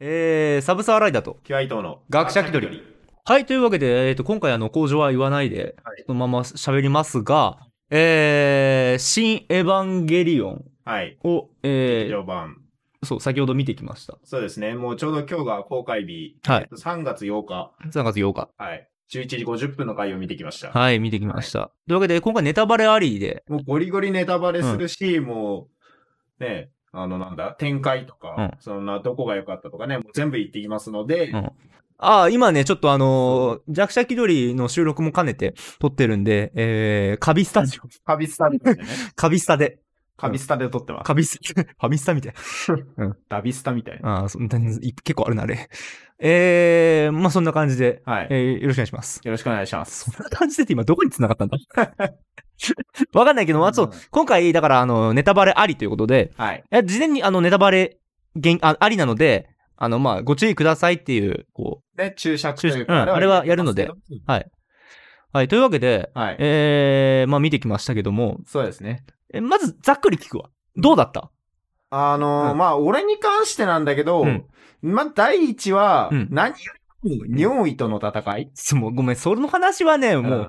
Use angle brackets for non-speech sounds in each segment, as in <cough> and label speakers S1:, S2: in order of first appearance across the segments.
S1: えー、サブサーライダーと。
S2: キュアイトーの
S1: 学者気取り。はい、というわけで、えっ、と、今回あの、工場は言わないで、
S2: はい
S1: そのまま喋りますが、えー、新エヴァンゲリオン
S2: はい。
S1: を、え
S2: 劇
S1: ー
S2: 場版。
S1: そう、先ほど見てきました。
S2: そうですね。もうちょうど今日が公開日。
S1: はい。
S2: 3月8日。
S1: 3月8日。
S2: はい。11時50分の回を見てきました。
S1: はい、見てきました。というわけで、今回ネタバレありで、
S2: もうゴリゴリネタバレするし、もう、ね、あの、なんだ、展開とか、
S1: うん
S2: そんな、どこが良かったとかね、もう全部言ってきますので、
S1: うんああ、今ね、ちょっとあのー弱者気取りの収録も兼ねて撮ってるんで、えー、カビスタジオ、
S2: カビスタでね。
S1: カビスタで、
S2: カビスタで撮ってます。
S1: <laughs> カビス、 <laughs> ファミスタみたいな。
S2: ダビスタみたいな。
S1: ああ、そんなに結構あるな、あれ。えー、まあそんな感じで、
S2: はい。
S1: えー、よろしくお願いします。
S2: よろしくお願いします。
S1: そんな感じでって今どこに繋がったんだ <laughs> わかんないけど、まあ、そう
S2: うん、
S1: 今回、だから、あの、ネタバレありということで、
S2: はい。
S1: え事前にあの、ネタバレ、原あありなので、あの、まあ、ご注意くださいっていう、こ
S2: で、注釈という
S1: 注
S2: か、
S1: 釈うんあれはやるので。う。はい、というわけで、
S2: はい。
S1: えー、まあ見てきましたけども、
S2: そうですね。
S1: えまずざっくり聞くわ。どうだった
S2: あのー
S1: うん
S2: まあ、俺に関してなんだけど、
S1: うん
S2: まあ、第一は、
S1: うん
S2: 何よりも尿意との戦い、
S1: そもうごめん、その話はね、も
S2: うん
S1: う、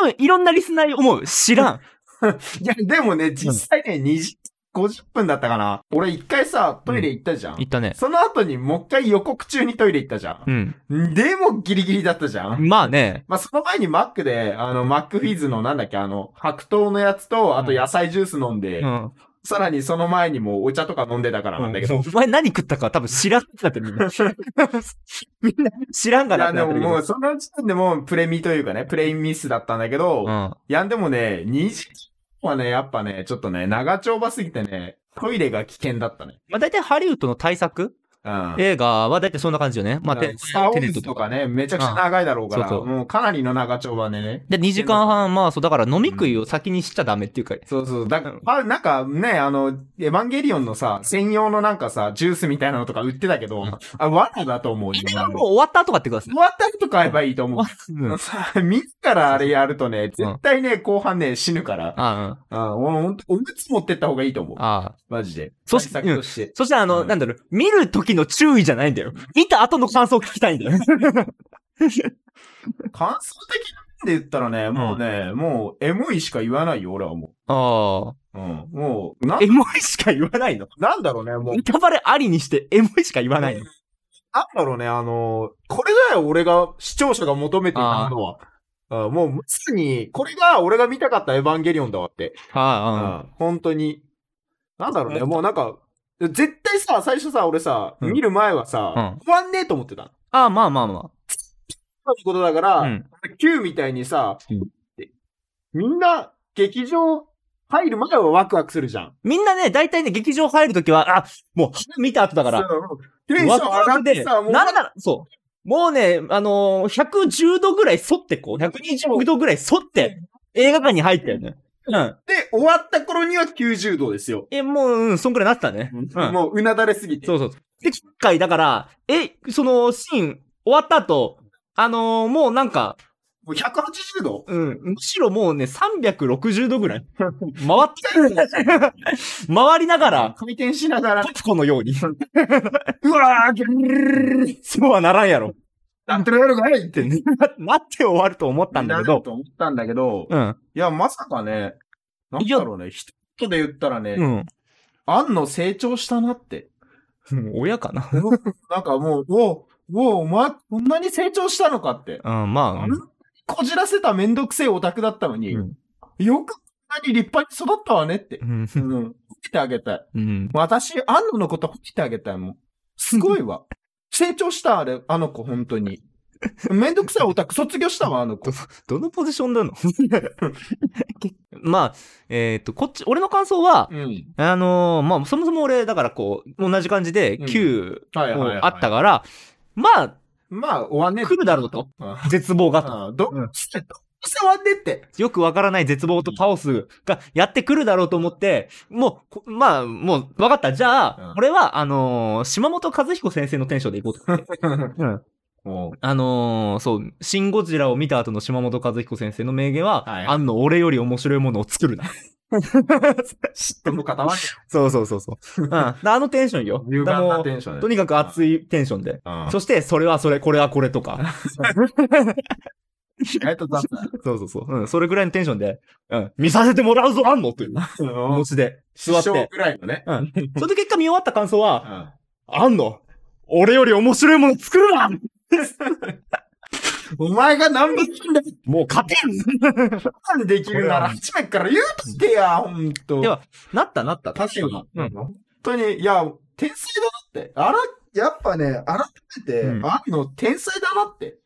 S1: 多分いろんなリスナーに思う。知らん。
S2: いや、でもね、実際ね、2時、50分だったかな。俺一回さ、トイレ行ったじゃん。
S1: 言ったね。
S2: その後にもう一回予告中にトイレ行ったじゃ
S1: うん。
S2: ん。でもギリギリだったじゃん。
S1: まあね。
S2: まあ、その前にマックで、あの、マックフィズのなんだっけ、あの、白桃のやつと、あと野菜ジュース飲んで、
S1: うん。
S2: さらにその前にもうお茶とか飲んでたからなんだけど。
S1: お前何食ったか多分知らんってなってるみんな。みんな知らんか
S2: い
S1: ら
S2: や、
S1: ってな
S2: で
S1: ってる
S2: も
S1: けど
S2: もう、その時点でもうプレミというかね、プレイミスだったんだけど、い
S1: うん。
S2: や、でもね、2時はね、やっぱね、ちょっとね、長丁場すぎてね、トイレが危険だったね。
S1: まあ大体ハリウッドの大作
S2: うん。
S1: 映画は大体そんな感じよね。まあ、テ
S2: スターウ
S1: テ
S2: ォ
S1: ネ
S2: ー
S1: ット
S2: ズと
S1: と
S2: か
S1: か。
S2: ね、めちゃくちゃ長いだろうから、
S1: そうそう
S2: もうかなりの長丁場でね。
S1: で、2時間半、まあそう、だから飲み食いを先にしちゃダメっていうか、
S2: そうそう。だから、あ、なんかね、あの、エヴァンゲリオンのさ、専用のなんかさ、ジュースみたいなのとか売ってたけど、
S1: うん
S2: あ、罠だと思う。今
S1: もう
S2: の
S1: 終わった後買ってください。
S2: 終わった後買えばいいと思う。
S1: うん。
S2: さ、 <laughs> 自らあれやるとね、絶対ね、後半ね、死ぬから。
S1: あ、うん。
S2: あ、ほんと、おむつ持ってった方がいいと思う。
S1: ああ。
S2: マジで。
S1: そし
S2: 対策として。
S1: そしたら、あの、
S2: うん
S1: なんだろう、見る時の注意じゃないんだよ。見た後の感想を聞きたいんだよ。
S2: 感想的なんで言ったらね、もうね、もう、エモいしか言わないよ、俺はも
S1: あ
S2: う。うん。もう、な
S1: エ、モいしか言わないの。
S2: なんだろうね、もう
S1: ネ。タバレありにして、エモいしか言わないの。
S2: なんだろうね、あのーこれだよ、俺が、視聴者が求めていたのは。あもう、まさに、これが俺が見たかったエヴァンゲリオンだわって。
S1: は
S2: うん本当に。なんだろうね、
S1: うん
S2: もうなんか、絶対さ、最初さ、俺さ、
S1: うん
S2: 見る前はさ、
S1: うん
S2: 終わんねえと思ってたの。
S1: あ、ああ、まあまあま
S2: そういうことだから、
S1: あ。うん。
S2: Q みたいにさ、
S1: うん
S2: みんな、劇場入る前はワクワクするじゃん。
S1: みんなね、大体ね、劇場入るときは、あ、もう、見た後だから、
S2: そう。テンション上がってさ、もう、
S1: なんなら、そう。もうね、あのー、110度ぐらい反ってこう、120度ぐらい反って、映画館に入ったよね。うん。
S2: で、終わった頃には90度ですよ。
S1: え、もう、うん、そんくらいなってたね。うん。
S2: もう、うなだれすぎて。
S1: そうそうそう。で、今回だから、え、そのシーン終わった後、あのーもうなんか、
S2: もう180度
S1: うん、むしろもうね、360度ぐ
S2: <laughs>
S1: らい。回って、回りながら、
S2: 回転しながら
S1: ポ、プコのように。
S2: うわー、ギャルー、
S1: そうはならんやろ。
S2: なんとやるがいってね。
S1: なって終わると思ったんだけ
S2: なる
S1: ど。
S2: と思ったんだけど、
S1: うん。
S2: いや、まさかね、なんだろうね、一言で言ったらね、
S1: うん。
S2: アンの成長したなって。
S1: うん <laughs> 親かな。
S2: なんかもう、おお、お前、こんなに成長したのかって。
S1: うん、ま
S2: あんなにこじらせためんどくせえオタクだったの
S1: あ。
S2: に、
S1: うん
S2: よくこんなに立派に育ったわねって。
S1: うん
S2: う。ん。褒めてあげたい。
S1: うん。
S2: 私、アンノのこと褒めてあげたいもん。すご
S1: <laughs>
S2: いわ。成長した、あれ、あの子、本当に。めんどくさいオタク卒業したわ、あの子。
S1: どのポジション <laughs> なのまあ、えっ、と、こっち、俺の感想は、
S2: うん。
S1: あのーまあ、そもそも俺、だからこう、同じ感じで
S2: うん、
S1: 9
S2: はいはいはい
S1: もあったから、まあ、
S2: まあ、終わんねえ。
S1: 来るだろうと。
S2: うん。
S1: 絶望がと。
S2: うんどうして、どうせ終わんねえって。
S1: よくわからない絶望とカオスがやってくるだろうと思って、もうこ、まあ、もう、わかった。じゃあ、
S2: うん
S1: 俺は、あのー島本和彦先生のテンションでいこうと思って。 <laughs>
S2: もう
S1: あのーそう、シンゴジラを見た後の島本和彦先生の名言は、
S2: はい
S1: あんの俺より面白いものを作るな。
S2: 嫉妬の塊や。
S1: そうそうそうそう。うん。であのテンションよ。
S2: 歪ん
S1: だから
S2: だ
S1: もう
S2: テンション
S1: とにかく熱いテンションで。
S2: うん。
S1: そして、それはそれ、これはこれとか。
S2: 意外と雑だ。
S1: そうそうそう。うん。それぐらいのテンションで、うん。見させてもらうぞ、あんのという気持ちで座っ
S2: 師匠
S1: て。
S2: ぐらいのね。
S1: うん。それで結果見終わった感想は、
S2: うん
S1: あんの俺より面白いもの作るな
S2: お前が何もできんだよ
S1: もう勝てん
S2: 何できるなら、初めから言うとけや、ほんと。
S1: ではなったなった。
S2: 確かに。
S1: うん
S2: 本当に、いや、天才だなって。あら、やっぱね、改めて、
S1: うん
S2: あんの天才だなって。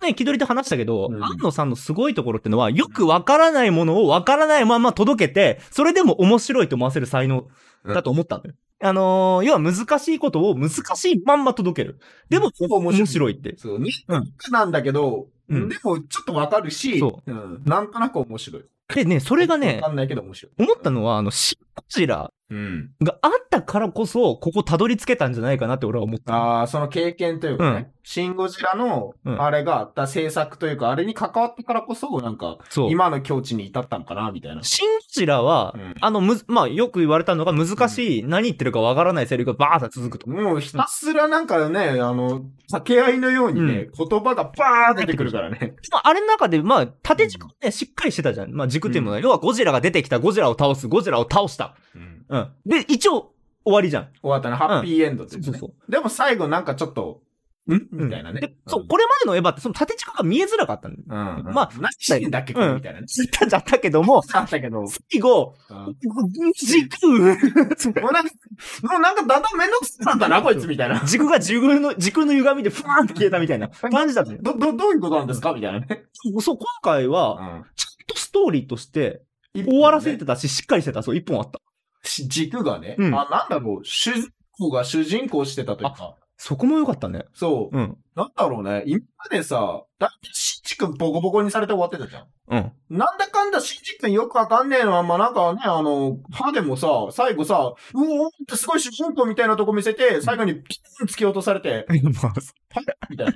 S1: ね、気取りで話したけど、
S2: うん
S1: 安野さんのすごいところってのは、よくわからないものをわからないまま届けて、それでも面白いと思わせる才能だと思ったのよ。あのー要は難しいことを難しいまんま届ける。でも、面白いって。
S2: そう、ニッ
S1: う
S2: クなんだけど、
S1: うん
S2: でもちょっとわかるし、
S1: そ
S2: うんなんとなく面白い。
S1: でね、それが
S2: わ
S1: ね
S2: か、んないけど面白い。
S1: 思ったのは、あの、シン・ゴジラ
S2: うん。
S1: があったからこそ、ここたどり着けたんじゃないかなって俺は思った。
S2: ああ、その経験というかね、シン・ゴジラの、
S1: うん
S2: あれがあった制作というか、あれに関わったからこそ、なんか、
S1: そう。
S2: 今の境地に至ったのかな、みたいな。
S1: シン・ゴジラは、
S2: うん
S1: あの、むず、まあ、よく言われたのが難しい、何言ってるかわからないセリフがバーッと続くと。
S2: もうひたすらなんかね、あの、掛け合いのようにね、言葉がバー出てくるからね。
S1: まあ、あれの中で、まあ、縦軸もね、しっかりしてたじゃん。まあ、軸っていうものは、要はゴジラが出てきた、ゴジラを倒す、ゴジラを倒した。
S2: うん
S1: うん。で、一応、終わりじゃん。
S2: 終わったね、ハッピーエンドっていうね、
S1: そう
S2: でも最後なんかちょっと、んみたいなね。
S1: で、そう、これまでのエヴァって、その縦軸が見えづらかった
S2: <laughs>
S1: んだよ。
S2: うん。うん。
S1: まあ
S2: 何してんだっけ、これみたいなね。
S1: 知ったんじゃったけども、
S2: あったけど、
S1: 最後、
S2: うん
S1: 軸、
S2: もうなんか、もうなんかだんだんめんどくさくなったな、こいつみたいな。
S1: 軸が軸の、軸の歪みでファーンって消えたみたいな感じだったんだよ。
S2: ど、ど、どういうことなんですかみたいなね。
S1: そう、今回は、ちゃんとストーリーとして、終わらせてたし、しっかりしてた。そう、一本あった。
S2: し軸がね、
S1: うん
S2: あ、なんだろう、主人公が主人公してたというか、
S1: そこも良かったね。
S2: そう、
S1: うん。
S2: なんだろうね、今までさ、だって、しんちくんボコボコにされて終わってたじゃん。 <laughs>
S1: うん。
S2: なんだかんだしんちくんよくわかんねえのは、まあ、なんかね、あの、歯でもさ、最後さ、うおーってすごい主人公みたいなとこ見せて、最後にピン突き落とされて、
S1: <laughs>
S2: みたいな。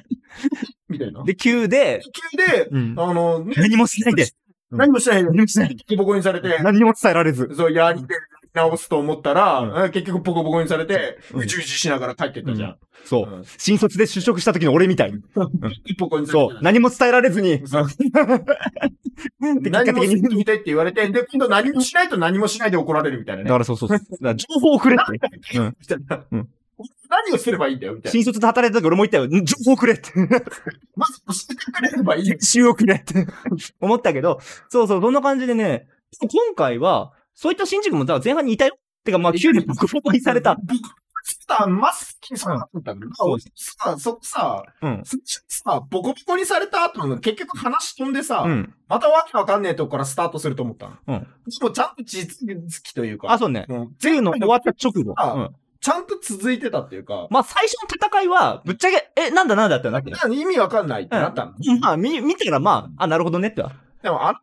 S2: みたいな。で、
S1: で、急で、
S2: 急で、
S1: うん。
S2: あの、ね、
S1: 何もしないで。うん
S2: 何もしないで、
S1: 何もしないで。
S2: ボコボコにされて、
S1: 何も伝えられず。
S2: そう、やりで直すと思ったら、
S1: うん
S2: うん結局ボコボコにされて、
S1: うん
S2: うじうじしながら帰ってったじゃん。
S1: そうう。
S2: ん
S1: 新卒で就職した時の俺みたいに。
S2: ボコボコにされ
S1: そ
S2: て
S1: う。。何も伝えられずに。
S2: そう
S1: で
S2: 何
S1: 結果
S2: も
S1: 的に
S2: みたいって言われて、で、今度何もしないと何もしないで怒られるみたいな
S1: だ
S2: ね。
S1: からそうそうそう。だから情報をくれって。
S2: みたいな
S1: <laughs> うん
S2: <laughs> 何をすればいいんだよ、みたいな。
S1: 新卒で働いた時俺も言ったよ。ん情報くれ <laughs> って。
S2: まず教えてくれればいいよ。
S1: 収をくれって <laughs> 思ったけど、そうそう、そんな感じでね、今回は、そういった新宿も、だから前半にいたよ。てか、まあ、急にボコボコにされた。。
S2: さ、マスキにさ、なったんだけ
S1: そ
S2: ど
S1: う
S2: さ、そこさ、
S1: うん。
S2: 最初さ、ボコボコにされた後の結局話飛んでさ、
S1: うん。
S2: またわけわかんねえとこからスタートすると思ったの。
S1: うん
S2: でもちゃんと実つきというか、
S1: あ、そうね。
S2: うん
S1: 前の終わった直後。
S2: あ
S1: うん。
S2: ちゃんと続いてたっていうか、
S1: まあ、最初の戦いは、ぶっちゃけ、え、なんだなんだってなって。
S2: なんか意味わかんないってなったの。
S1: うんまあ、み、見てから、まあ、あ、なるほどねっては。
S2: でも、あの、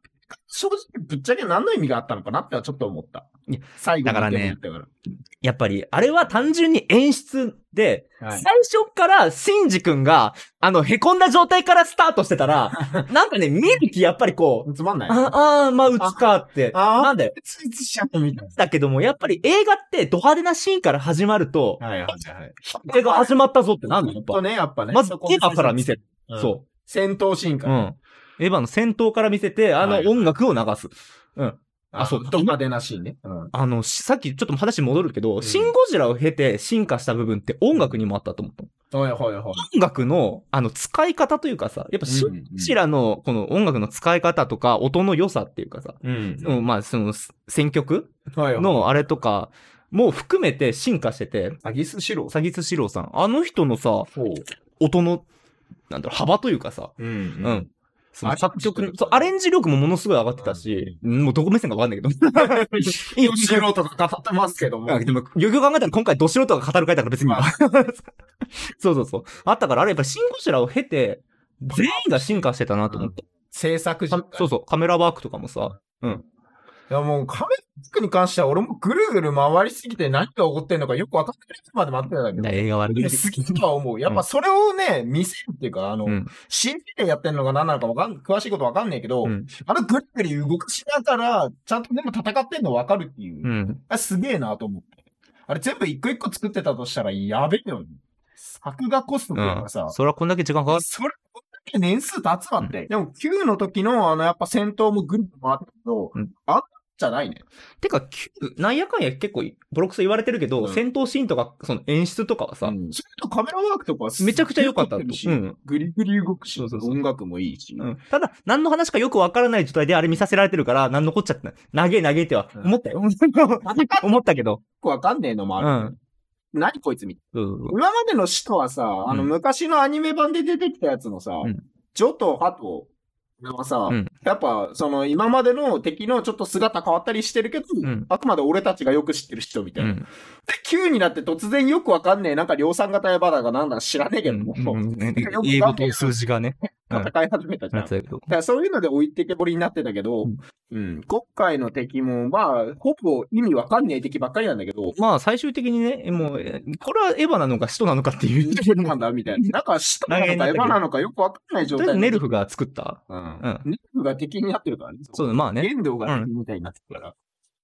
S2: 正直ぶっちゃけ何の意味があったのかなってはちょっと思った
S1: いや。
S2: 最後
S1: だからね
S2: 見てもらって
S1: やっぱり、あれは単純に演出で、
S2: からはい
S1: 最初から、シンジ君が、あの、凹んだ状態からスタートしてた
S2: <laughs>
S1: ら、なんかね、見る気、やっぱりこう、
S2: つまんない。
S1: あ、あー、まあ、打つかって。
S2: ああ
S1: なんだよ。
S2: ついつしちゃったみたい
S1: だけども、やっぱり映画ってド派手なシーンから始まると、
S2: な。はいはいはい。
S1: 映画始まったぞってなんだやっ
S2: ほんと
S1: ぱ。
S2: ね、やっぱね。
S1: まずエヴァから見せる。
S2: うん
S1: そ
S2: 戦闘シーン
S1: う。
S2: か
S1: う
S2: ら。
S1: ん。エヴァの戦闘から見せて、あの
S2: はい
S1: 音楽を流す。あそう
S2: ド派手なシーンね。うん。
S1: あの、しさっきちょっと話戻るけど、
S2: ん
S1: シンゴジラを経て進化した部分って音楽にもあったと思った。
S2: はいはいはい。
S1: 音楽の、あの、使い方というかさ、やっぱシン
S2: うんうん
S1: ゴジラのこの音楽の使い方とか、音の良さっていうかさ、
S2: うん
S1: う。ん、まあ、その、選曲
S2: はいはい。
S1: のあれとか、もう含めて進化してて、
S2: アギスシローさ
S1: サギスシローさん、あの人のさ、
S2: ん。ほ
S1: 音の、なんだろう、幅というかさ、
S2: う。う
S1: うんん。そ
S2: ア
S1: の
S2: レンジ
S1: 作曲
S2: 力
S1: の、そう、アレンジ力もものすごい上がってたし、もうどこ目線かわかんな
S2: <laughs>
S1: いけど。いいよ、
S2: 素人が語ってますけども。
S1: あでも、よくよく考えたら今回ど素人が語る回だから別にいいわ。 <laughs> そうそうそう。あったから、あれやっぱシンゴジラを経て、全員が進化してたなと思って。
S2: 制作時
S1: かそうそう、カメラワークとかもさ、
S2: いやもう、カメラックに関しては俺もぐるぐる回りすぎて何が起こってんのかよくわかんないまで待ってたんだけど。
S1: 映画悪
S2: いや好きとは思う。やっぱそれをね、見せるっていうか、あの、
S1: うん
S2: 信じてやってるのか何なのかわかん、詳しいことわかんないけど、
S1: うん
S2: あのぐるぐる動かしながら、ちゃんとでも戦ってんのわかるっていう。
S1: うん。
S2: あすげえなと思って。あれ全部一個一個作ってたとしたらやべえよ、ね。作画コストというかさ、
S1: それはこんだけ時間かかる。
S2: それ、こんだけ年数経つわって。でも9の時のあのやっぱ戦闘もぐるぐる回ってたけど、
S1: うん
S2: あんなんじゃないね。
S1: てか、きゅなんやかんや結構、ボロクソ言われてるけど、
S2: うん
S1: 戦闘シーンとか、その演出とかはさ、
S2: うんそれとカメラワークとかはす
S1: めちゃくちゃ良かったと
S2: 凝てるし。
S1: うん
S2: ぐりぐり動くし、
S1: そうそうそう
S2: 音楽もいいし。
S1: うんただ、何の話かよくわからない状態であれ見させられてるから、何のこっちゃってない。投げ投げっては、
S2: うん
S1: 思ったよ。
S2: なんかよ
S1: <laughs> 思ったけど。
S2: くわかんねえのもある。
S1: うん
S2: 何こいつみたい
S1: そうそう
S2: な。今までの使徒はさ、あの
S1: うん
S2: 昔のアニメ版で出てきたやつのさ、
S1: うん
S2: ジョとハと、はさ、
S1: うん
S2: やっぱ、その、今までの敵のちょっと姿変わったりしてるけど、
S1: ん
S2: あくまで俺たちがよく知ってる人みた
S1: そう
S2: いな。で、9になって突然よくわかんねえ、なんか量産型やバだがなんだか知らねえけど、も
S1: うんうん
S2: よくわかんねえ
S1: 英語と数字がね。うん
S2: 戦い始めたじゃ
S1: なんっ。てたけど
S2: だからそういうので置いてけぼりになってたけど、
S1: う
S2: うんん、今回の敵も、まあ、ほぼ意味わかんない敵ばっかりなんだけ
S1: <laughs>
S2: ど、
S1: まあ、最終的にね、もう、えこれはエヴァなのか、使徒なのかって
S2: <laughs>
S1: いう。と
S2: なんだみたいな。なんか、シトなのかエヴァなのかよくわかんない状
S1: りあえ
S2: 態
S1: ず
S2: で。
S1: ネルフが作った。
S2: うん。ネルフが敵になってるからね。
S1: そうう、まあね。
S2: 玄道が敵みたいになってるから。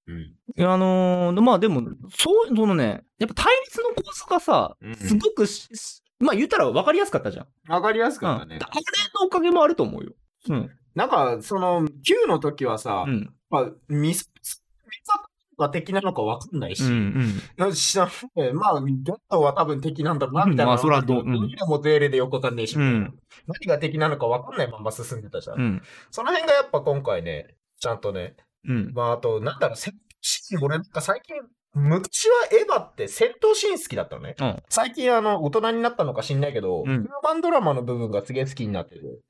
S2: うん。
S1: いやあのーまあでも、そう、そのね、やっぱ対立の構図がさ
S2: うん、
S1: すごくし、しまあ言ったら分かりやすかったじゃん。
S2: わかりやすかった
S1: うん
S2: ね
S1: あ。れのおかげもあると思うよ。うん。
S2: なんか、その、Q の時はさ
S1: う、ん。
S2: まあ、ミサ、ミサが敵なのかわかんないし
S1: う、ん。
S2: よし知らんえまあ、ゲットは多分敵なんだろうな、みた
S1: う
S2: いな。
S1: んまあそらどううん
S2: 何がモデルでよくわかんねえし、
S1: うん
S2: 何が敵なのかわかんないまま進んでたじゃん。
S1: うん。
S2: その辺がやっぱ今回ね、ちゃんとね、
S1: うん。
S2: まああと、なんだろう、戦闘シーン、俺なんか最近、昔はエヴァって戦闘シーン好きだったのね。
S1: うん
S2: 最近、あの、大人になったのか知んないけど、
S1: うん
S2: ヒューマンドラマの部分がすげえ好きになってる。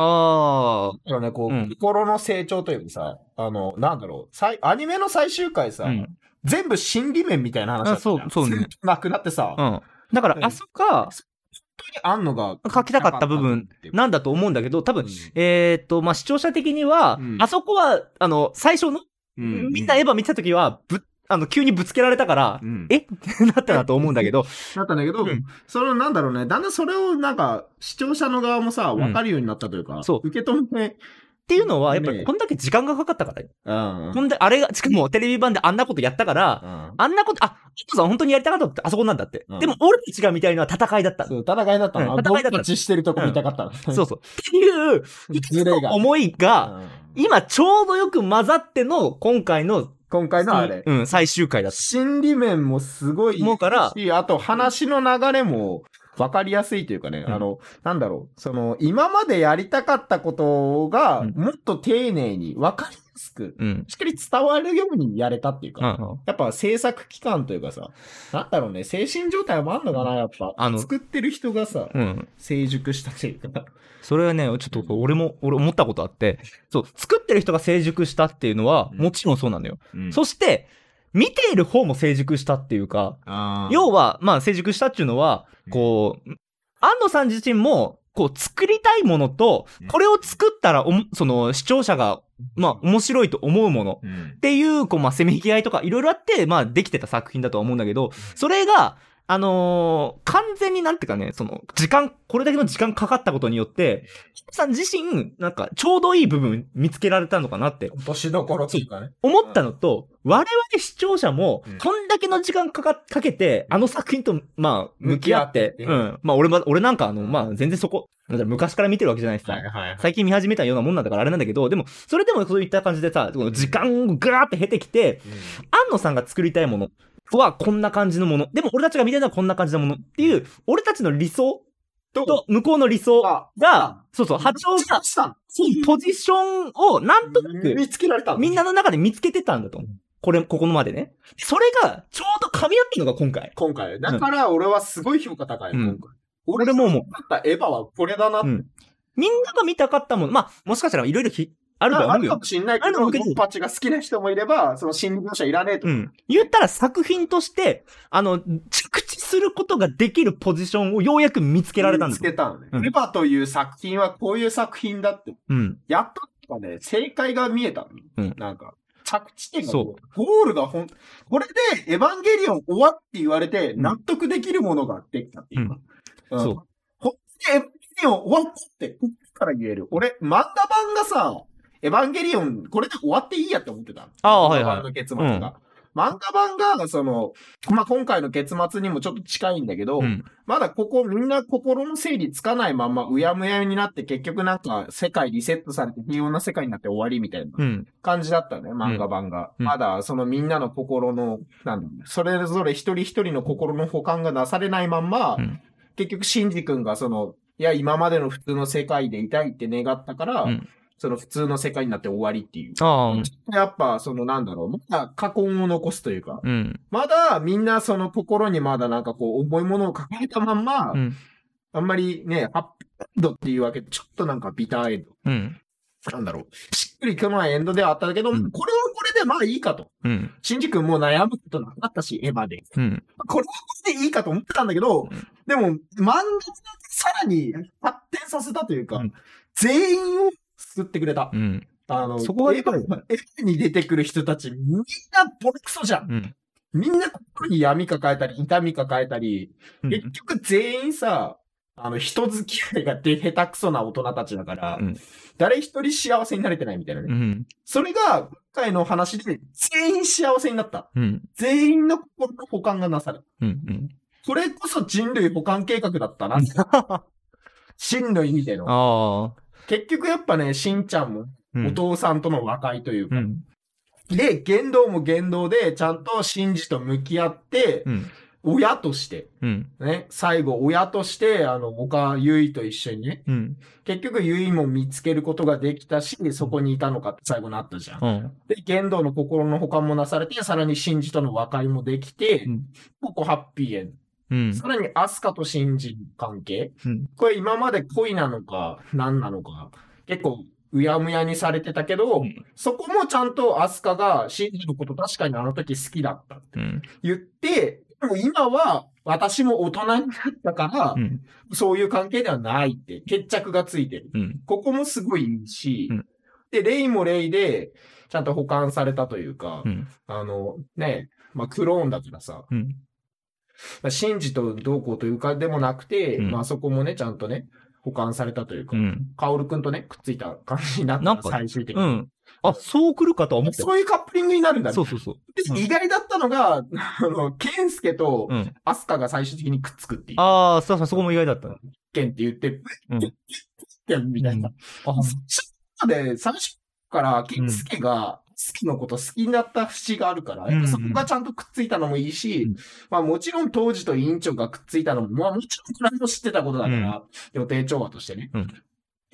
S1: あ
S2: だからね、こう、
S1: うん
S2: 心の成長というかさ、あの、なんだろう、さいアニメの最終回さ、
S1: あ。うん。
S2: 全部心理面みたいな話だったじゃん
S1: あそうそうね
S2: 全部なくなってさ、
S1: う
S2: 本
S1: ん。だか
S2: う
S1: ら、
S2: ん
S1: あそこが、
S2: 当にあんのが、
S1: 書きたかった部分なんだと思うんだけど、多分、えーっと、まあ、視聴者的には
S2: うん、
S1: あそこは、あの、最初の、
S2: うん、
S1: みんなエヴァ見てた時は、ぶ、あの、急にぶつけられたから
S2: う、ん
S1: えってなったなと思うんだけど、
S2: だったんだけど、
S1: うん
S2: そのなんだろうね、だんだんそれをなんか視聴者の側もさ、
S1: うん
S2: 分かるようになったというか、
S1: そう
S2: 受け止め
S1: っ
S2: て、
S1: ていうのは、やっぱり
S2: ね
S1: こんだけ時間がかかったからよ。
S2: うん
S1: こんで、あれが、しかもテレビ版であんなことやったから、
S2: うん
S1: あんなこと、あ、ヒットさん本当にやりたかったって、あそこなんだって。
S2: うん
S1: でも、俺たちが見たいのは戦いだったの
S2: そう戦いだった
S1: う
S2: の。
S1: ん戦いだった
S2: 僕たちしてるとこ見たかったの。 <laughs>
S1: そうそう。っていう、
S2: ズレが。
S1: 思いうが、
S2: ん
S1: 今ちょうどよく混ざっての、今回の、
S2: 今回のあれ。
S1: うん、最終回だった。
S2: 心理面もすごい
S1: 思うから
S2: し、あと話の流れも分かりやすいというかね、
S1: うん
S2: あの、なんだろう、その、今までやりたかったことが、
S1: うん
S2: もっと丁寧に分かりやすく、
S1: うん。
S2: しっかり伝わるようにやれたっていうか、
S1: うん。
S2: やっぱ制作期間というかさ、なんだろうね、精神状態もあんのかな、やっぱ。
S1: あの
S2: 作ってる人がさ、
S1: うん。
S2: 成熟したというか。
S1: それはね、ちょっと俺も、俺思ったことあって、そう、作ってる人が成熟したっていうのは、
S2: うん
S1: もちろんそうなんだよ。
S2: う
S1: そして、見ている方も成熟したっていうか、要は、まあ、成熟したっていうのは、こう、安野さん自身も、こう、作りたいものと
S2: うん、
S1: これを作ったらおも、その、視聴者が、まあ、面白いと思うもの
S2: うん、
S1: っていう、こう、まあ、せめぎ合いとか、いろいろあって、まあ、できてた作品だとは思うんだけど、それが、あのー完全になんていうかね、その、時間、これだけの時間かかったことによって、ヒップさん自身、なんか、ちょうどいい部分見つけられたのかなって
S2: 落としどころっていうかね。
S1: 思ったのと、我々視聴者も
S2: うん、
S1: こんだけの時間かか、かけて、
S2: うん
S1: あの作品と、まあ、向き合って、
S2: 向き
S1: う
S2: 合って
S1: ん。まあ、俺は、俺なんか、あの、まあ、全然そこ、なんだろう昔から見てるわけじゃないですか。
S2: はい
S1: 最近見始めたようなもんなんだからあれなんだけど、でも、それでもそういった感じでさ、この時間をガーって経てきて、安野さんが作りたいものはこんな感じのもの。でも俺たちが見てるのはこんな感じのものっていう、俺たちの理想
S2: と
S1: と向こうの理想
S2: あ
S1: が、そうそう、波長が、
S2: したの
S1: ポジションをなんとなく
S2: 見つけられたの
S1: みんなの中で見つけてたんだと。これ、ここまでね。それがちょうど噛み合ってるのが今回。
S2: 今回。だから俺はすごい評価高い、
S1: うん
S2: 今回。俺
S1: 俺
S2: の
S1: も思う。
S2: だったエヴァはこれだなっ
S1: う
S2: て。
S1: ん。みんなが見たかったもの。まあ、もしかしたらいろいろひあるとは
S2: あ
S1: 思う
S2: るか
S1: よ
S2: も。しんないけ
S1: あるの
S2: ど、
S1: もけ
S2: ド
S1: ど
S2: ンパチが好きな人もいれば、その心理描写いらねえと
S1: う
S2: か。
S1: ん。言ったら作品として、あの、着地することができるポジションをようやく見つけられたん
S2: 見
S1: で
S2: つ
S1: すよ。
S2: けたのね。エ
S1: うん
S2: ヴァという作品はこういう作品だって。
S1: うん。
S2: やっとなんかね、正解が見えたのに
S1: うん
S2: なんか、着地点が
S1: そ
S2: ゴールがほん、これでエヴァンゲリオン終わって言われて、
S1: うん
S2: 納得できるものができたっていうか。うん
S1: そう。
S2: ほんでエヴァンゲリオン終わったって、こっから言える。俺、漫画版がさ、エヴァンゲリオン、これで終わっていいやって思ってた。
S1: あーはいはい
S2: 漫画版の結末が。漫画版が、その、まあ、今回の結末にもちょっと近いんだけど、
S1: うん。
S2: まだここみんな心の整理つかないまんまうやむやになって結局なんか世界リセットされて平穏な世界になって終わりみたいな
S1: うん。
S2: 感じだったね、漫画版が。
S1: うん
S2: まだそのみんなの心の、なんだろうねそれぞれ一人一人の心の保管がなされないまんま、
S1: うん
S2: 結局シンジ君がその、いや今までの普通の世界でいたいって願ったから、
S1: うん
S2: その普通の世界になって終わりっていう。
S1: ああ、
S2: やっぱそのなんだろう、まだ過根を残すというか、
S1: うん。
S2: まだみんなその心にまだなんかこう重いものを抱えたまんま、
S1: うん。
S2: あんまりね、ハッピーエンドっていうわけで、ちょっとなんかビターエンド。
S1: うん。
S2: なんだろう。しっくりこないエンドではあったけど、
S1: うん
S2: これはこれでまあいいかと。
S1: うん。
S2: シンジ君も悩むことなかったし、エヴァで。
S1: うん。
S2: これはこれでいいかと思ってたんだけど、
S1: うん
S2: でも、漫画がさらに発展させたというか、
S1: うん
S2: 全員を救ってくれた。
S1: うん。
S2: あの、
S1: そこが
S2: エ
S1: で
S2: ヴ
S1: かい
S2: ァエヴァに出てくる人たち、みんなボロクソじゃん。
S1: うん。
S2: みんな心に闇抱えたり、痛み抱えたり、
S1: うん
S2: 結局全員さ、あの、人付き合いがで下手くそな大人たちだから、
S1: うん
S2: 誰一人幸せになれてないみたいなね。
S1: うん。
S2: それが、今回の話で全員幸せになった。
S1: うん。
S2: 全員の心の保管がなされた。
S1: うん。
S2: これこそ人類保管計画だっ
S1: <laughs>
S2: たな。人類みたいな。
S1: ああ。
S2: 結局やっぱね、しんちゃんも
S1: う
S2: お
S1: ん。
S2: 父さんとの和解というか。
S1: うん。
S2: で、言動も言動で、ちゃんとシンジと向き合って、
S1: うん。
S2: 親として、
S1: うん。
S2: ね、最後親として、あの、他、ゆいと一緒にね、
S1: うん。
S2: 結局、ユイも見つけることができたし、そこにいたのかって最後なったじゃん。
S1: うん。
S2: で、剣道の心の保管もなされて、さらにシンジとの和解もできて、
S1: うん
S2: ここハッピーエン
S1: うん
S2: ド。。さらに、アスカとシンジの関係。
S1: うん
S2: これ今まで恋なのか、何なのか、結構、うやむやにされてたけど、
S1: うん
S2: そこもちゃんとアスカがシンジのこと確かにあの時好きだったって
S1: うん。
S2: 言って、でも今は私も大人になったから、
S1: うん。
S2: そういう関係ではないって、決着がついてる。
S1: うん。
S2: ここもすごいいいし、
S1: うん
S2: で、レイもレイで、ちゃんと保管されたというか、
S1: うん。
S2: あの、ね、まあ、クローンだからさ、
S1: うん。
S2: まあ、シンジとどうこうというかでもなくて、
S1: うん
S2: まあ、そこもね、ちゃんとね、保管されたというか、
S1: うん。
S2: カオルくんとね、くっついた感じになった
S1: な
S2: なん
S1: か
S2: 最終的
S1: う
S2: に。
S1: ん。あ、そう来るかとは思って
S2: そういうカップリングになるん
S1: た。
S2: だね。
S1: そうそうそう。うん
S2: で意外だったのが、あの、ケンスケと
S1: うん。
S2: アスカが最終的にくっつくっていう。
S1: ああ、そうそう、そこも意外だった。
S2: ケンって言って、
S1: うん
S2: ケン <laughs> みたいな。
S1: あ
S2: そっちの中で、最初から、ケンスケが、好きのこと好きになった節があるから、
S1: うんうん
S2: そこがちゃんとくっついたのもいいし、
S1: うん
S2: まあもちろん当時と委員長がくっついたのも、まあもちろんこれも知ってたことだから、
S1: うん
S2: 予定調和としてね、
S1: うん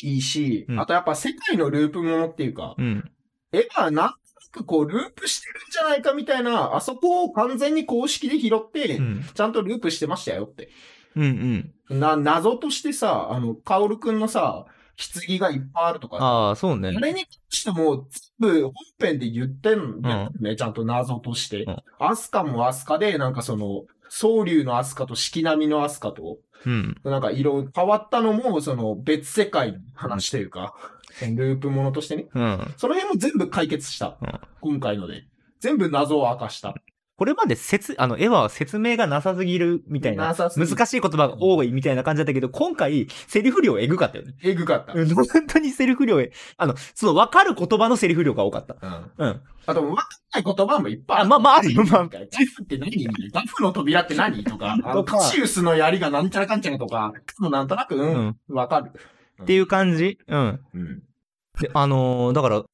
S2: いいし、
S1: うん
S2: あとやっぱ世界のループものっていうか、
S1: うん。
S2: 絵がなんとなくこうループしてるんじゃないかみたいな、あそこを完全に公式で拾って、
S1: うん。
S2: ちゃんとループしてましたよって。
S1: うん。うん。
S2: な、謎としてさ、あの、カオルくんのさ、棺がいっぱいあるとかさ
S1: ああ、そうね
S2: あ。れに関しても、全部本編で言ってんのね、ちゃんと謎として
S1: うん。
S2: アスカもアスカで、なんかその、総流のアスカと四季並みのアスカと、
S1: うん。
S2: なんか色変わったのも、その別世界の話というか、ループものとしてね。
S1: うん。
S2: その辺も全部解決した
S1: うん。
S2: 今回ので。全部謎を明かした。
S1: これまで説、あの、絵は説明がなさすぎるみたいな。
S2: なさすぎる
S1: 難しい言葉が多いみたいな感じだったけど、今回、セリフ量エグかったよね。
S2: えぐかった。
S1: うん本当にセリフ量え、あの、その分かる言葉のセリフ量が多かった。
S2: うん
S1: うん。
S2: あと、わかんない言葉もいっぱい
S1: あ、まあまあ、あるよ、まあ
S2: ガ。フって何みたいな。ガフの扉って何とか、あの
S1: <laughs> とか
S2: カシウスの槍がなんちゃらかんちゃらとか、もうなんとなく、う、
S1: うんん。
S2: わかる。
S1: っていう感じうん。
S2: うん。
S1: で、あのーだから、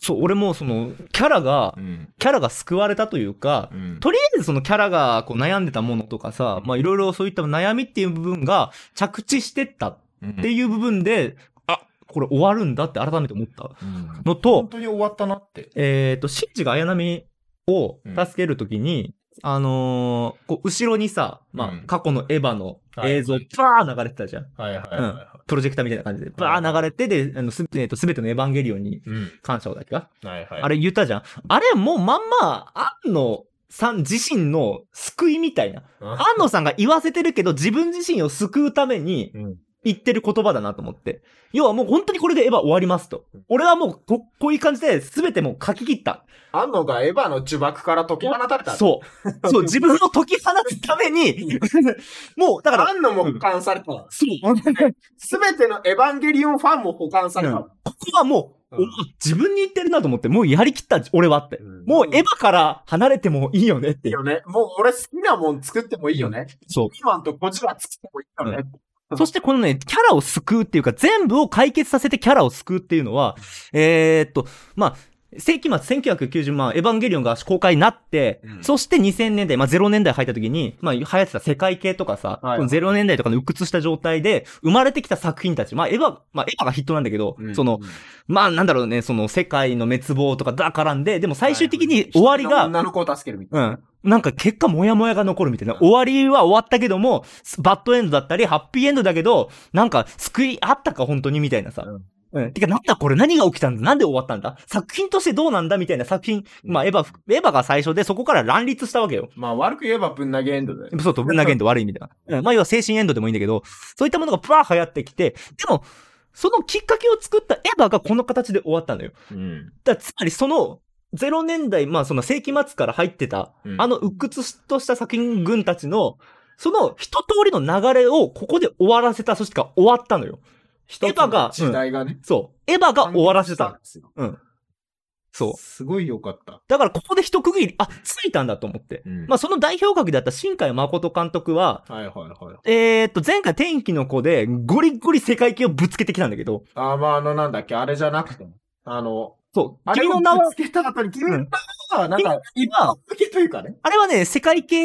S1: そう、俺もその、キャラが
S2: う、ん。
S1: キャラが救われたというか、
S2: うん
S1: とりあえずそのキャラがこう悩んでたものとかさ、まあいろいろそういった悩みっていう部分が着地してったっ
S2: うん
S1: ていう部分で、あ、これ終わるんだって改めて思ったの
S2: 本
S1: と、
S2: 当に終わったなって。
S1: えっ、と、シンジが綾波を助けるときに、あのーこう後ろにさ、まあ、
S2: うん
S1: 過去のエヴァの映像、
S2: は
S1: バ
S2: い
S1: ー流れてたじゃん。
S2: はいはい
S1: プロジェクターみたいな感じで、バー流れて、で、あのす、えーと、すべてのエヴァンゲリオンに
S2: い。うん。
S1: 感謝をだっけか
S2: はいはい。
S1: あれ言ったじゃん。あれもうまんま、安野さん自身の救いみたいな。
S2: うん
S1: 安野さんが言わせてるけど、自分自身を救うために、
S2: うん
S1: 言ってる言葉だなと思って。要はもう本当にこれでエヴァ終わりますと。俺はもうこ、こういう感じで全てもう書き切った。
S2: あんのがエヴァの呪縛から解き放たれた。 <laughs>
S1: そう。そう、自分を解き放つために、もう、だから、
S2: あんのも保管された。
S1: そう。
S2: すべてのエヴァンゲリオンファンも保管された。
S1: ここはもう、
S2: う
S1: お
S2: ん
S1: 自分に言ってるなと思って、もうやりきった、俺はって。もうエヴァから離れてもいいよねって
S2: いい
S1: いう。
S2: よね。もう俺好きなもん作ってもいいよね。
S1: そ
S2: ピーマンとゴジラ作ってもいいよね。 <laughs>
S1: う。そしてこのね、キャラを救うっていうか、全部を解決させてキャラを救うっていうのは、えーっと、まあ、世紀末1990万、エヴァンゲリオンが公開になって、
S2: うん
S1: そして2000年代、まあ、0年代入った時に、まあ、流行ってた世界系とかさ、
S2: はい
S1: この0年代とかの鬱屈した状態で、生まれてきた作品たち、まあ、エヴァ、まあ、エヴァがヒットなんだけど、
S2: うん
S1: その、、まあ、なんだろうね、その、世界の滅亡とかだからんで、でも最終的に終わりが、
S2: 女の子を助けるみたい
S1: うん。なんか結果モヤモヤが残るみたいな。終わりは終わったけども、すバッドエンドだったり、ハッピーエンドだけど、なんか救いあったか本当にみたいなさ。うん。てかなんだこれ何が起きたんだなんで終わったんだ作品としてどうなんだみたいな作品。まあエヴァ、エヴァが最初でそこから乱立したわけよ。
S2: な。まあ悪く言えばぶん投げエンドだよね。
S1: そうと、ぶん投げんと悪い意味では。うんまあ要は精神エンドでもいいんだけど、そういったものがバー流行ってきて、でも、そのきっかけを作ったエヴァがこの形で終わったのよ。
S2: うん。
S1: だからつまりその、0年代、まあその世紀末から入ってた、
S2: うん
S1: あの鬱屈とした作品群たちの、その一通りの流れをここで終わらせた組織が終わったのよ。エ
S2: 一
S1: ヴ
S2: つの
S1: ァが、
S2: 時代がね。
S1: うんそう。エヴァが終わらせた。
S2: ですよ。
S1: そう。
S2: すごい良かった。
S1: だからここで一区切り、あ、ついたんだと思って。まあその代表格であった新海誠監督は、
S2: はいはいはい。
S1: えー、っと、前回天気の子でゴリゴリ世界系をぶつけてきたんだけど、
S2: あ、まああのなんだっけ、あれじゃなくても。あの、
S1: そう。
S2: あれ
S1: 君の
S2: を
S1: 名は
S2: ぶつけた後に、君の名は、なんか、今
S1: 今、
S2: 向けというかね。
S1: あれはね、世界系、あ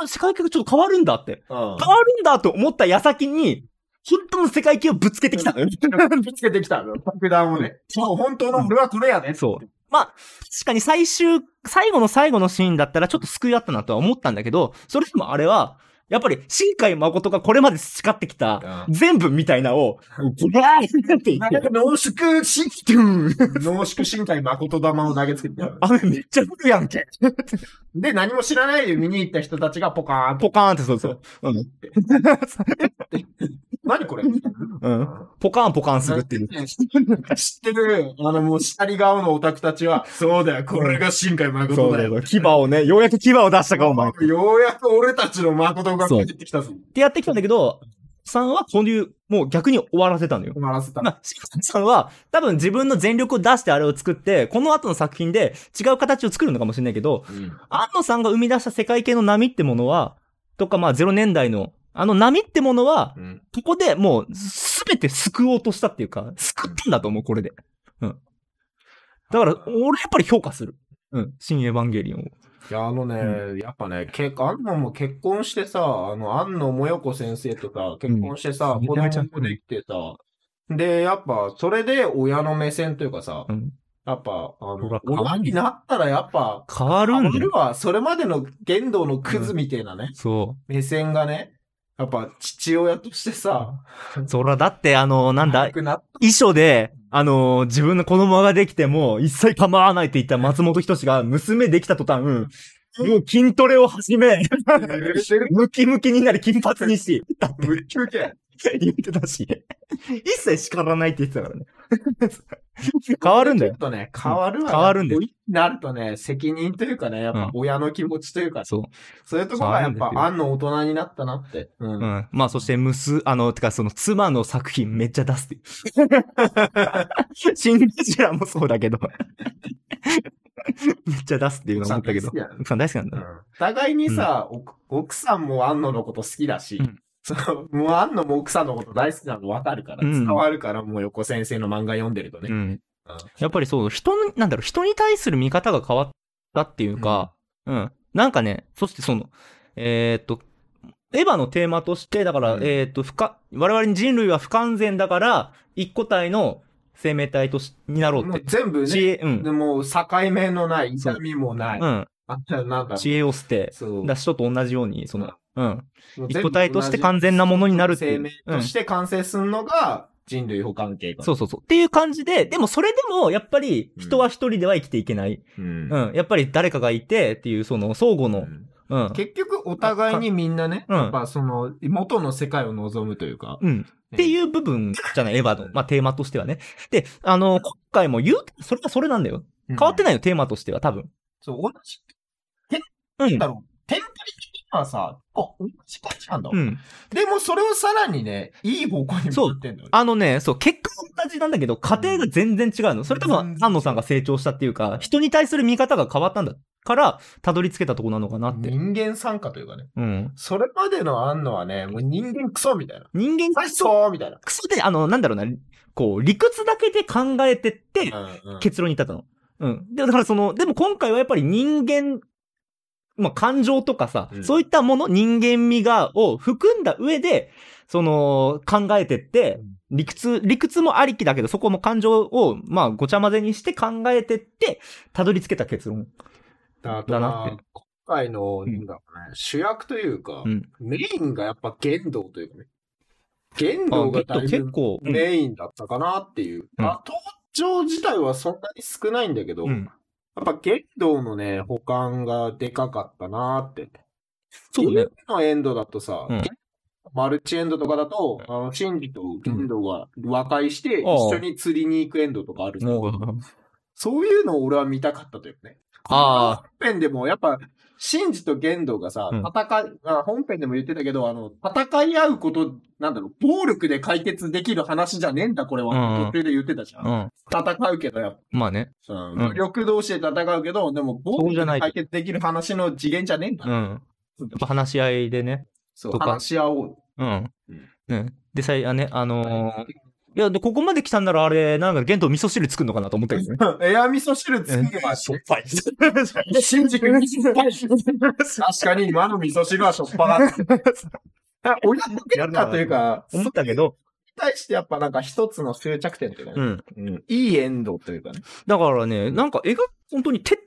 S1: れ世界系がちょっと変わるんだって。
S2: うん
S1: 変わるんだと思った矢先に、本当の世界系をぶつけてき
S2: <laughs>
S1: たのよ。
S2: ぶつけてきたの。爆弾をね。そう、本当の俺はこれやね。
S1: そう。まあ、確かに最終、最後の最後のシーンだったらちょっと救いあったなとは思ったんだけど、それでもあれは、やっぱり新海誠がこれまで培ってきた、
S2: う
S1: 全部みたいなを、ブラーって言って、
S2: 濃縮し、
S1: ドゥーン
S2: 濃縮身体誠玉を投げつけてや <laughs> る。
S1: 雨めっちゃ降るやんけ。
S2: で、何も知らないで見に行った人たちがポカーンと。
S1: ポカーンってそうそう。うん。
S2: 何これ
S1: うん。ポカーンポカーンするっていう。
S2: 知ってる、あのもう下り顔のオタクたちは、そうだよ、これが新海
S1: そ
S2: 誠
S1: う
S2: だ
S1: だ
S2: よ。
S1: よ。牙をね、ようやく牙を出したか、お前。っ
S2: ようやく俺たちの誠が帰ってきたぞ。
S1: てやってきたんだけど、さんはこういう、もう逆に終わらせたのよ。
S2: 困らせた。
S1: まあ、シンさんさんは、多分自分の全力を出してあれを作って、この後の作品で違う形を作るのかもしれないけど、安野さんが生み出した世界系の波ってものは、とかまあ0年代の、あの波ってものは、
S2: うん
S1: ここでもうすべて救おうとしたっていうか、救ったんだと思う、これで。うん。だから、俺やっぱり評価する。うん。新エヴァンゲリオンを。
S2: いや、あのね、
S1: う
S2: やっぱね、結構、安野も結婚してさ、あの、安野もよこ先生とさ、結婚してさ、
S1: うん
S2: 子供もできてさ、で、やっぱ、それで親の目線というかさ、
S1: うん。
S2: やっぱ、あ
S1: ほ
S2: の
S1: ら、変わんない
S2: 親になったらやっぱ、
S1: 変わるんだ
S2: 俺
S1: よ。
S2: は、それまでの言動のクズみたいなね、
S1: そ
S2: 目線がね、やっぱ、父親としてさ、
S1: う。そら、だって、あの、なんだ
S2: 悪、くなっ
S1: 遺書で、あのー自分の子供ができても、一切構わないって言った松本人志が、娘できた途端、もう筋トレを始め、
S2: たって言ってる
S1: ムキムキになり金髪にし、
S2: 無休 <laughs> 憩。
S1: <laughs> 言ってたし、一切叱らないって言ってたからね。 <laughs> 変わるんだ
S2: ちょ
S1: よ
S2: っ。とね、変わるわ。
S1: 変わるんです
S2: 親になるとね、責任というかね、やっぱ親の気持ちというか、
S1: そう。
S2: そういうところが
S1: そうある
S2: やっ
S1: んです
S2: ぱ、
S1: よ
S2: あんの大人になったなって。う。
S1: うんん。まあ、そして、むす、あの、てか、その、妻の作品めっちゃ出すって <laughs> いう。シンデジラもそうだけど。めっちゃ出すっていうのは思ったけど
S2: 奥さん大好きだよ。
S1: 奥さん大好きなん
S2: う
S1: だ。
S2: ん互いにさ、奥奥さんもあんののこと好きだし
S1: うん、
S2: そう <laughs> もうあんのも奥さんのこと大好きなの分かるから、
S1: うん
S2: 伝わるから、もう横先生の漫画読んでると
S1: う
S2: ね。
S1: ん。やっぱりそう、人の、なんだろう、人に対する見方が変わったっていうか、うん。なんかね、そしてその、えーっと、エヴァのテーマとして、だから、
S2: うん
S1: えーっと、不可、我々人類は不完全だから、一個体の生命体とし、になろう
S2: も
S1: っ
S2: う
S1: て。
S2: 全部
S1: 知
S2: ね、
S1: 恵、うん
S2: で。もう境目のない、痛みもない。
S1: うん。
S2: あなんか、
S1: 知恵を捨て、
S2: そう。
S1: だしとと同じように、その、うん。
S2: もう
S1: 一
S2: 全部
S1: 個体として完全なものになるってい
S2: 生
S1: う
S2: 命。として完成するのが人類保関係
S1: そうそうそう。っていう感じで、でもそれでも、やっぱり、人は一人では生きていけない。
S2: うん。
S1: うん。やっぱり誰かがいて、っていう、その、相互の、
S2: ん。
S1: うん。
S2: 結局、お互いにみんなね、
S1: うん
S2: やっぱその、元の世界を望むというか。
S1: うん。っていう部分じゃない、エヴァの、まあ、テーマとしてはね。で、あの、今回も言うて、それはそれなんだよ。
S2: 変
S1: 変わって
S2: な
S1: な
S2: い。
S1: いよ、テーマとしては、多分。
S2: そう、同じ、
S1: う
S2: なん
S1: ん
S2: だ。ろう。テンプレ的にはさ、こう同じ感じなんだ。
S1: うん。
S2: でも、それをさらにね、いい方向に向かってんだよね。
S1: あのね、そう、結果は同じなんだけど、過程が全然違うの。それ多
S2: 全
S1: 分、
S2: 然
S1: 安野さんが成長したっていうか、人に対する見方が変わったんだから、たどり着けたとこなのかなって。
S2: 人間参加というかね。
S1: うん。
S2: それまでのあんのはね、もう人間クソみたいな。
S1: 人間
S2: クソみたいな。
S1: クソで、あの、なんだろうな、こう、理屈だけで考えてって、
S2: うんうん
S1: 結論に至ったの。うん。で、だからその、でも今回はやっぱり人間、まあ、感情とかさ、
S2: うん
S1: そういったもの、人間味が、を含んだ上で、その、考えてって、理屈、理屈もありきだけど、そこも感情を、まあ、ごちゃ混ぜにして考えてって、たどり着けた結論。
S2: だ
S1: だなって
S2: 今回の、
S1: うん
S2: なんだろうね、主役というか、
S1: うん
S2: メインがやっぱ剣道というかね。剣道
S1: あ
S2: がだい
S1: 結
S2: ぶ
S1: 構、うん
S2: メインだったかなっていう。
S1: うん
S2: あ、登場自体はそんなに少ないんだけど、
S1: うん
S2: やっぱ剣道のね、保管がでかかったなって。
S1: そうね。。
S2: のエンドだとさ、
S1: うん
S2: マルチエンドとかだと、あの、シンジと剣道が和解して、
S1: ああ
S2: 一緒に釣りに行くエンドとかあるじゃん
S1: もう
S2: そういうのを俺は見たかったというかね。
S1: あ
S2: 本編でもやっぱ、シンジとゲンドがさ、
S1: うん
S2: 戦い、あ本編でも言ってたけど、あの、戦い合うこと、なんだろう、暴力で解決できる話じゃねえんだ、これは。
S1: うん
S2: 途中で言ってたじゃん。
S1: うん。
S2: 戦うけど、やっ
S1: まあね。
S2: ぱ、うん
S1: うん
S2: 武力同士で戦うけど、でも暴
S1: そうじ
S2: 力
S1: ゃな
S2: で
S1: い
S2: 解決できる話の次元じゃねえんだ。
S1: うん。やっぱ話し合いでね。
S2: そう、
S1: とか
S2: 話し合おう。
S1: うん
S2: うん。
S1: ね。で、さい、あね、あのーいや、で、ここまで来たんならあれ、なんか、玄斗味噌汁作るのかなと思ったけどね。
S2: <laughs> エア味噌汁作りはしょっぱい。新宿にしょっぱい。確かに今の味噌汁はしょっぱ
S1: <laughs>
S2: かった。親の
S1: や
S2: 変
S1: る
S2: 化
S1: な
S2: というか、それ
S1: 思
S2: に
S1: ったけど、
S2: 対してやっぱなんか一つの執着点というか
S1: う
S2: ね、
S1: ん。
S2: うんいいエンドというかね、
S1: だからね、なんか、描く、本当にて、て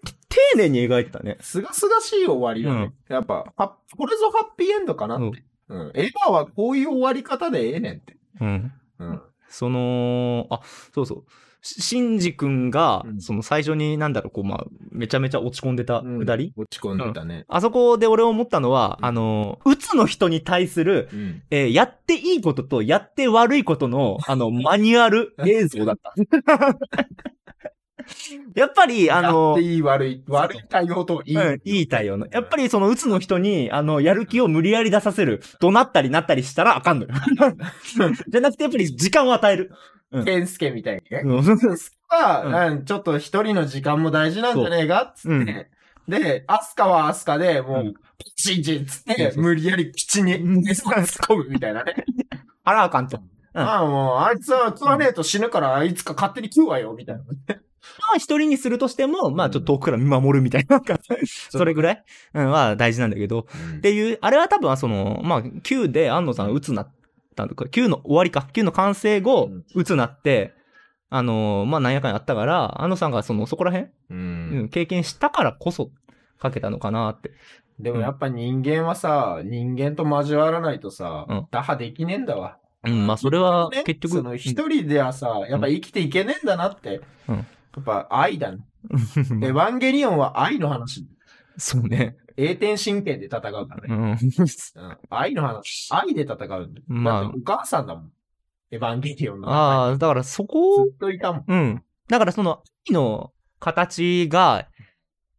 S1: 丁寧に描いてたね。
S2: すがすがしい終わりよね。やっぱ、はこれぞハッピーエンドかなって。うん。エヴァはこういう終わり方でええねんって。
S1: うん。
S2: うん。
S1: その、あ、そうそう。しシンジ君が、
S2: うん
S1: その最初になんだろう、こう、まあ、めちゃめちゃ落ち込んでたくだり、
S2: 落ち込んでたね。
S1: あそこで俺思ったのは、
S2: うん
S1: あの、うつの人に対する、
S2: うん。
S1: えーやっていいこととやって悪いことの、あの、マニュアル映像だ
S2: <laughs>
S1: った。やっぱり、あの
S2: やっ、ていい悪い、悪い対応といい。
S1: うん、いい対応の。やっぱりその、うつの人に、あの、やる気を無理やり出させる。怒鳴ったりなったりしたらあかんのよ。じゃなくて、やっぱり時間を与える。
S2: 健介みたいにね。
S1: うん
S2: は、
S1: うん
S2: なんちょっと一人の時間も大事なんじゃねえかっつ
S1: う
S2: っ
S1: ん
S2: て。で、アスカはアスカで、も
S1: う
S2: う、ピチンチンつっ
S1: そう
S2: て、
S1: そう
S2: 無理やりピチに、
S1: うん
S2: メスを突っ込むみたいなね。
S1: あらあかんと。うん
S2: ああ、もう、あいつは食わねえと死ぬから、いつか勝手に食うわよ、みたいな。
S1: まあ、一人にするとしても、まあ、ちょっと遠くから見守るみたいな、なんか、それぐらい、うん、は大事なんだけど。っていう、あれは多分、その、まあ、9で安野さんが鬱なったとか、9の終わりか、9の完成後
S2: うん、
S1: 鬱なって、あのーまあ、なんやかんやあったから、安野さんがその、そこら辺、
S2: う。
S1: うんん、経験したからこそ、かけたのかなって。
S2: でもやっぱ人間はさ、人間と交わらないとさ
S1: うん、
S2: 打破できねえんだわ。
S1: うん、まあ、それは
S2: ね、
S1: 結局、
S2: その一人ではさ、やっぱ生きていけねえんだなって。
S1: うん
S2: やっぱ
S1: <laughs>
S2: 愛だね。
S1: うん
S2: エヴァンゲリオンは愛の話。
S1: そうね。
S2: 栄天神剣で戦うからね
S1: う。ん。 <laughs>
S2: うん愛の話、愛で戦うんだ。
S1: まあ
S2: だってお母さんだもん。エヴァンゲリオンの。
S1: ああ、だからそこを
S2: ずっといたもん。
S1: うん。だからその、愛の形が、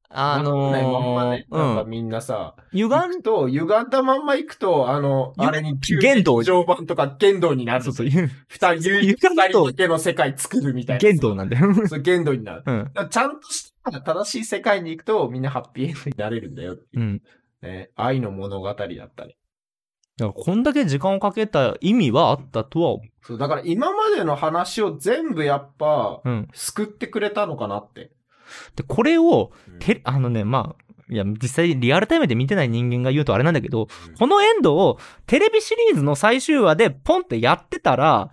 S1: あの
S2: ねまんまね、
S1: ー
S2: なんか
S1: うん。
S2: みんなさ、行
S1: 歪
S2: くと、歪んだまんま行くと、あの、
S1: ゆ
S2: あれに、
S1: 言動、
S2: 常盤とか剣道になんる
S1: そう。そう、言う
S2: 二人、
S1: 歪
S2: 二
S1: んだと
S2: 人だけの世界作るみたいな。
S1: 言動なんだよ。
S2: そう、剣道になる。
S1: うん。
S2: だからちゃんとした正しい世界に行くと、みんなハッピーエンドになれるんだよっていうう、
S1: ん。
S2: ね。愛の物語だったり。
S1: だからこんだけ時間をかけた意味はあったとは思
S2: そう、だから今までの話を全部やっぱ、
S1: う。うん。
S2: 救ってくれたのかなって。
S1: で、これを、
S2: うん
S1: て、あのね、まあ、いや、実際リアルタイムで見てない人間が言うとあれなんだけど、このエンドをテレビシリーズの最終話でポンってやってたら、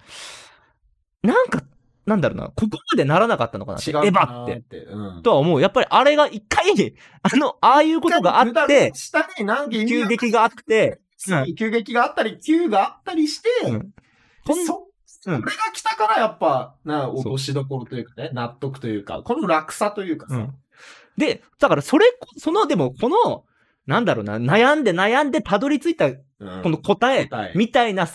S1: なんか、なんだろうな、ここまでならなかったのかなって。
S2: 違
S1: エ
S2: うか
S1: ヴ
S2: な
S1: ァって。
S2: て。うん。
S1: とは思う。やっぱりあれが一回に、 <laughs> あの、ああいうことがあって、
S2: 下に何件
S1: 急激があって、
S2: 急激があったり、急があったりして、
S1: うん
S2: で
S1: こん
S2: そ、
S1: うん
S2: これが来たからやっぱ、な、落としどころというかね、納得というか、この落差というかさ、
S1: うんで、だからそれ、その、でも、この、なんだろうな、悩んで悩んでたどり着いた、こ
S2: うん
S1: の答え、
S2: 答え
S1: みたいな、が、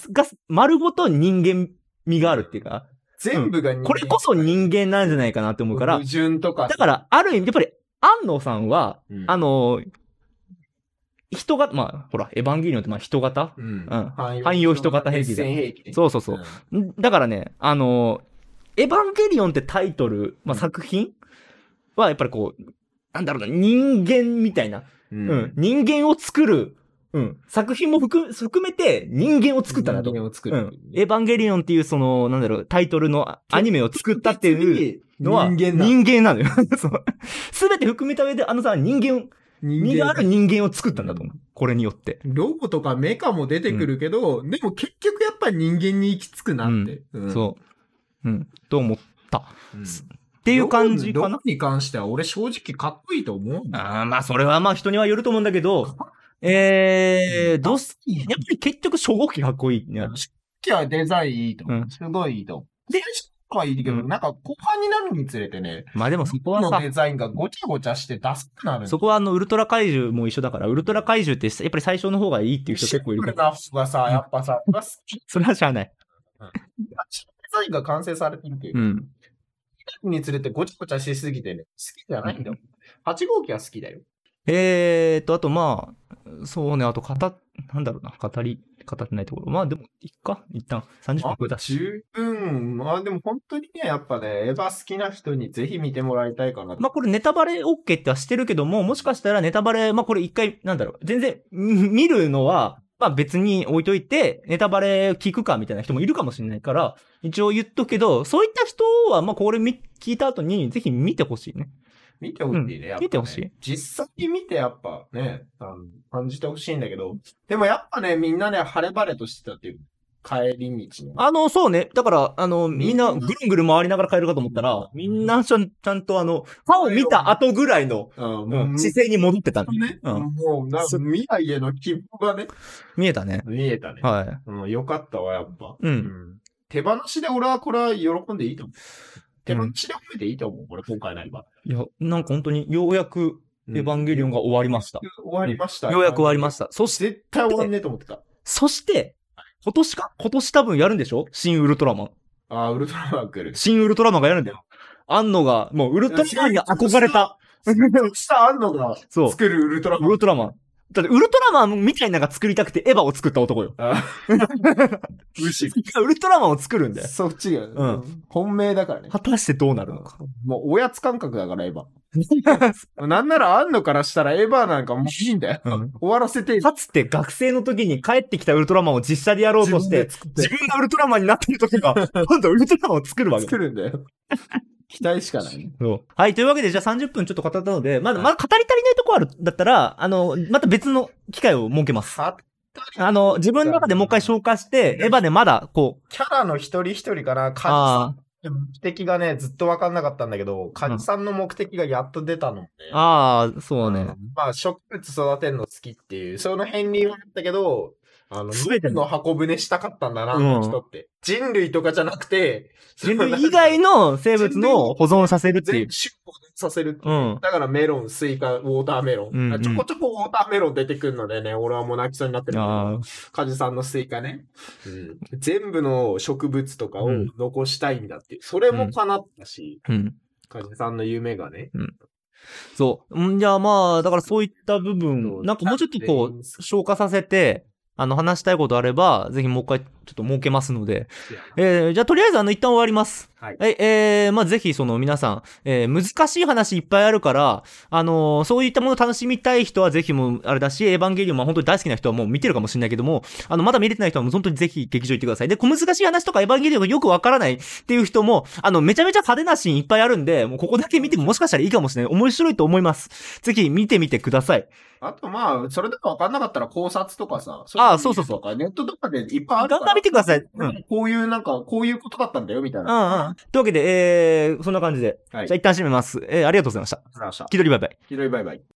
S1: 丸ごと人間味があるっていうか、
S2: 全部が人間
S1: これこそ人間なんじゃないかなって思うから
S2: 矛、盾とか。
S1: だから、ある意味、やっぱり、安野さんは、
S2: うん
S1: あの、人が、まあ、ほら、エヴァンゲリオンって、まあ、人型
S2: うん
S1: うん
S2: 汎
S1: 汎用人型兵器だ
S2: 実戦兵器ね
S1: そうそうそう
S2: うん。
S1: んだからね、あの、エヴァンゲリオンってタイトル、まあ、
S2: うん
S1: 作品は、やっぱりこう、なんだろうな、人間みたいな、う
S2: う
S1: ん、。人間を作る、うん、作品も含め含めて人間を作ったなと。
S2: 人間を作
S1: う
S2: る
S1: ん。エヴァンゲリオンっていう、その、なんだろう、タイトルのあアニメを作ったっていうのは、
S2: 人間な
S1: 人間なのよ。 <laughs> すべて含めた上で、あのさ、人間、身
S2: 人
S1: が
S2: 間
S1: ある人間を作ったんだと思う。これによって。
S2: ロボとかメカも出てくるけど、でも結局やっぱ人間に行き着くなって。うん
S1: そう。うん。と思った。っ
S2: うん。って
S1: いう感じか
S2: ロ
S1: な
S2: ボ。に関しては俺正直かっこいいと思うん
S1: あ
S2: だ。
S1: ーまあ、それはまあ人にはよると思うんだけど、 <laughs> えー、どうす、やっぱり結局初号機かっこいいね。
S2: 初期はデザインいいと思
S1: う
S2: う。
S1: ん
S2: すごいいいと思う。
S1: で
S2: 最初はいいけど、
S1: うん
S2: なんか後半になるにつれてね、
S1: まあでもそこは
S2: の
S1: さ
S2: デ、ザインがごちゃごちゃしてダサくなる。
S1: そこはあの、ウルトラ怪獣も一緒だから、ウルトラ怪獣ってやっぱり最初の方がいいっていう人結構いる
S2: シ
S1: か
S2: ンプル
S1: ら。
S2: な服がさ、やっぱさ、俺は好き
S1: <laughs> それはしゃあない。
S2: なデザインが完成されてるけど
S1: う、ん。
S2: につれてごちゃごちゃしすぎてね、好きじゃないんだよ。8号機は好きだよ。
S1: えーと、あとまあ、そうね、あと語っ、なんだろうな、語り、語ってないところ。まあでも、いっか、一旦、30分
S2: ま
S1: 超え
S2: あ
S1: たし。
S2: 十分。まあでも本当にね、やっぱね、エヴァ好きな人にぜひ見てもらいたいかな。
S1: まあこれネタバレ OK ってはしてるけども、もしかしたらネタバレ、まあこれ一回、なんだろう、全然、ん見るのは、まあ別に置いといて、ネタバレ聞くかみたいな人もいるかもしれないから、一応言っとくけど、そういった人は、まあこれ見聞いた後に、ぜひ見てほしいね。
S2: 見てほしいね、やっぱね
S1: 見てほしい。
S2: 実際に見てやっぱね、あの感じてほしいんだけど、でもやっぱね、みんなね、晴れ晴れとしてたっていう、帰り道の。
S1: あの、そうね。だから、あの、みんな、
S2: みん
S1: ぐ
S2: な
S1: るんぐる回りながら帰るかと思ったら、みんな、ちゃんちゃんとあの、歯を見た後ぐらいの、
S2: うん
S1: うん
S2: も
S1: 姿勢に戻ってたね
S2: うね、
S1: うん
S2: もう、な
S1: そ
S2: 未来への希望がね、
S1: 見えたね。
S2: 見えたね。
S1: は
S2: うん、よかったわ、やっぱ。
S1: うん
S2: 手放しで俺はこれは喜んでいいと思う。手放
S1: うん
S2: しで褒めていいと思う、これ今回なれば。
S1: い。いや、なんか本当に、ようやく、エヴァンゲリオンが終わりました。
S2: 終わりました。
S1: ようやく終わりました。そして、
S2: 絶対終わんねえと思ってた。
S1: そして、今年か今年多分やるんでしょ新ウルトラマン。
S2: ああ、ウルトラマン来る。
S1: 新ウルトラマンがやるんだよ。アンノが、もうウルトラマンに憧れた。
S2: そしたあんのが
S1: そう。
S2: 作るウルトラマ
S1: ウ
S2: ン。
S1: ルトラマン。だって、ウルトラマンみたいなのが作りたくてエヴァを作った男よ。
S2: あーむし
S1: ウルトラマンを作るんだ
S2: ろ
S1: よ。
S2: そっちが、
S1: う
S2: 本命だからね。
S1: 果たしてどうなるのか。
S2: もうおやつ感覚だから、エヴァ。なんならあんのからしたらエヴァなんかもういいんだよ。
S1: うん
S2: 終わらせていい。
S1: かつて学生の時に帰ってきたウルトラマンを実写でやろうとし
S2: 自分
S1: て
S2: で、作って
S1: 自分がウルトラマンになってる時
S2: <laughs>
S1: が、今度ウルトラマンを作るわけだ
S2: 作るんだよ。期待しかないね。
S1: そうはい、というわけで、じゃあ30分ちょっと語ったので、まだ、
S2: はい
S1: まだ語り足りないとこある、だったら、あの、また別の機会を設けます。
S2: さ
S1: あの、自分の中でもう一回消化して、エヴァでまだ、こう、
S2: キャラの一人一人から、
S1: あ
S2: カジさんの目的がね、ずっと分かんなかったんだけど、カジさんの目的がやっと出たのもね。
S1: あ、ああ、そうね。
S2: まあ、植物育てるの好きっていう、その辺にはあったけど、あの、
S1: 全ての
S2: の箱舟したかったんだな、
S1: うん
S2: 人って。人類とかじゃなくて、
S1: 人類以外
S2: の
S1: の生物の保存をさせるっていう
S2: 全部。種を保存させるっていう
S1: うん。
S2: だからメロン、スイカ、ウォーターメロン。
S1: うんうん
S2: ちょこちょこウォーターメロン出てくるのでね、俺はもう泣きそうになってるんだけど。
S1: ああ、
S2: カジさんのスイカね、うん、全部の植物とかを
S1: うん
S2: 残したいんだっていう、それも叶ったし、
S1: うん。
S2: カジさんの夢がね。
S1: そう。んじゃあまあ、だからそういった部
S2: そ
S1: 分、
S2: う
S1: なんかもうちょっとこ
S2: 全員
S1: う、消化させて、あの、話したいことあれば、ぜひもう一回、ちょっと設けますので。えー、じゃあとりあえずあの、一旦終わります。
S2: はい
S1: はい、えー、まあぜひその皆さん、えー、難しい話いっぱいあるから、あのーそういったものを楽しみたい人はぜひもう、あれだし、エヴァンゲリオンも本当に大好きな人はもう見てるかもしれないけども、あの、まだ見れてない人はもう本当にぜひ劇場行ってください。で、小難しい話とかエヴァンゲリオンがよくわからないっていう人も、あの、めちゃめちゃ派手なシーンいっぱいあるんで、もうここだけ見てももしかしたらいいかもしれない。面白いと思います。ぜひ見てみてください。
S2: あとまあ、それでも分かんなかったら考察とかさ、
S1: ああそうそうそう
S2: う。ネットとかでいっぱい
S1: ガン
S2: あるから。
S1: ガン見てください。うん。
S2: こういうなんか、こういうことだったんだよ、みたい
S1: うんう
S2: な。
S1: ん。というわけで、えー、そんな感じで。
S2: はい
S1: じゃあ一旦締めます。えー、ありがとうございました。
S2: ありがとうございました。
S1: 気取りバイバイ。
S2: ひろいバイバイ。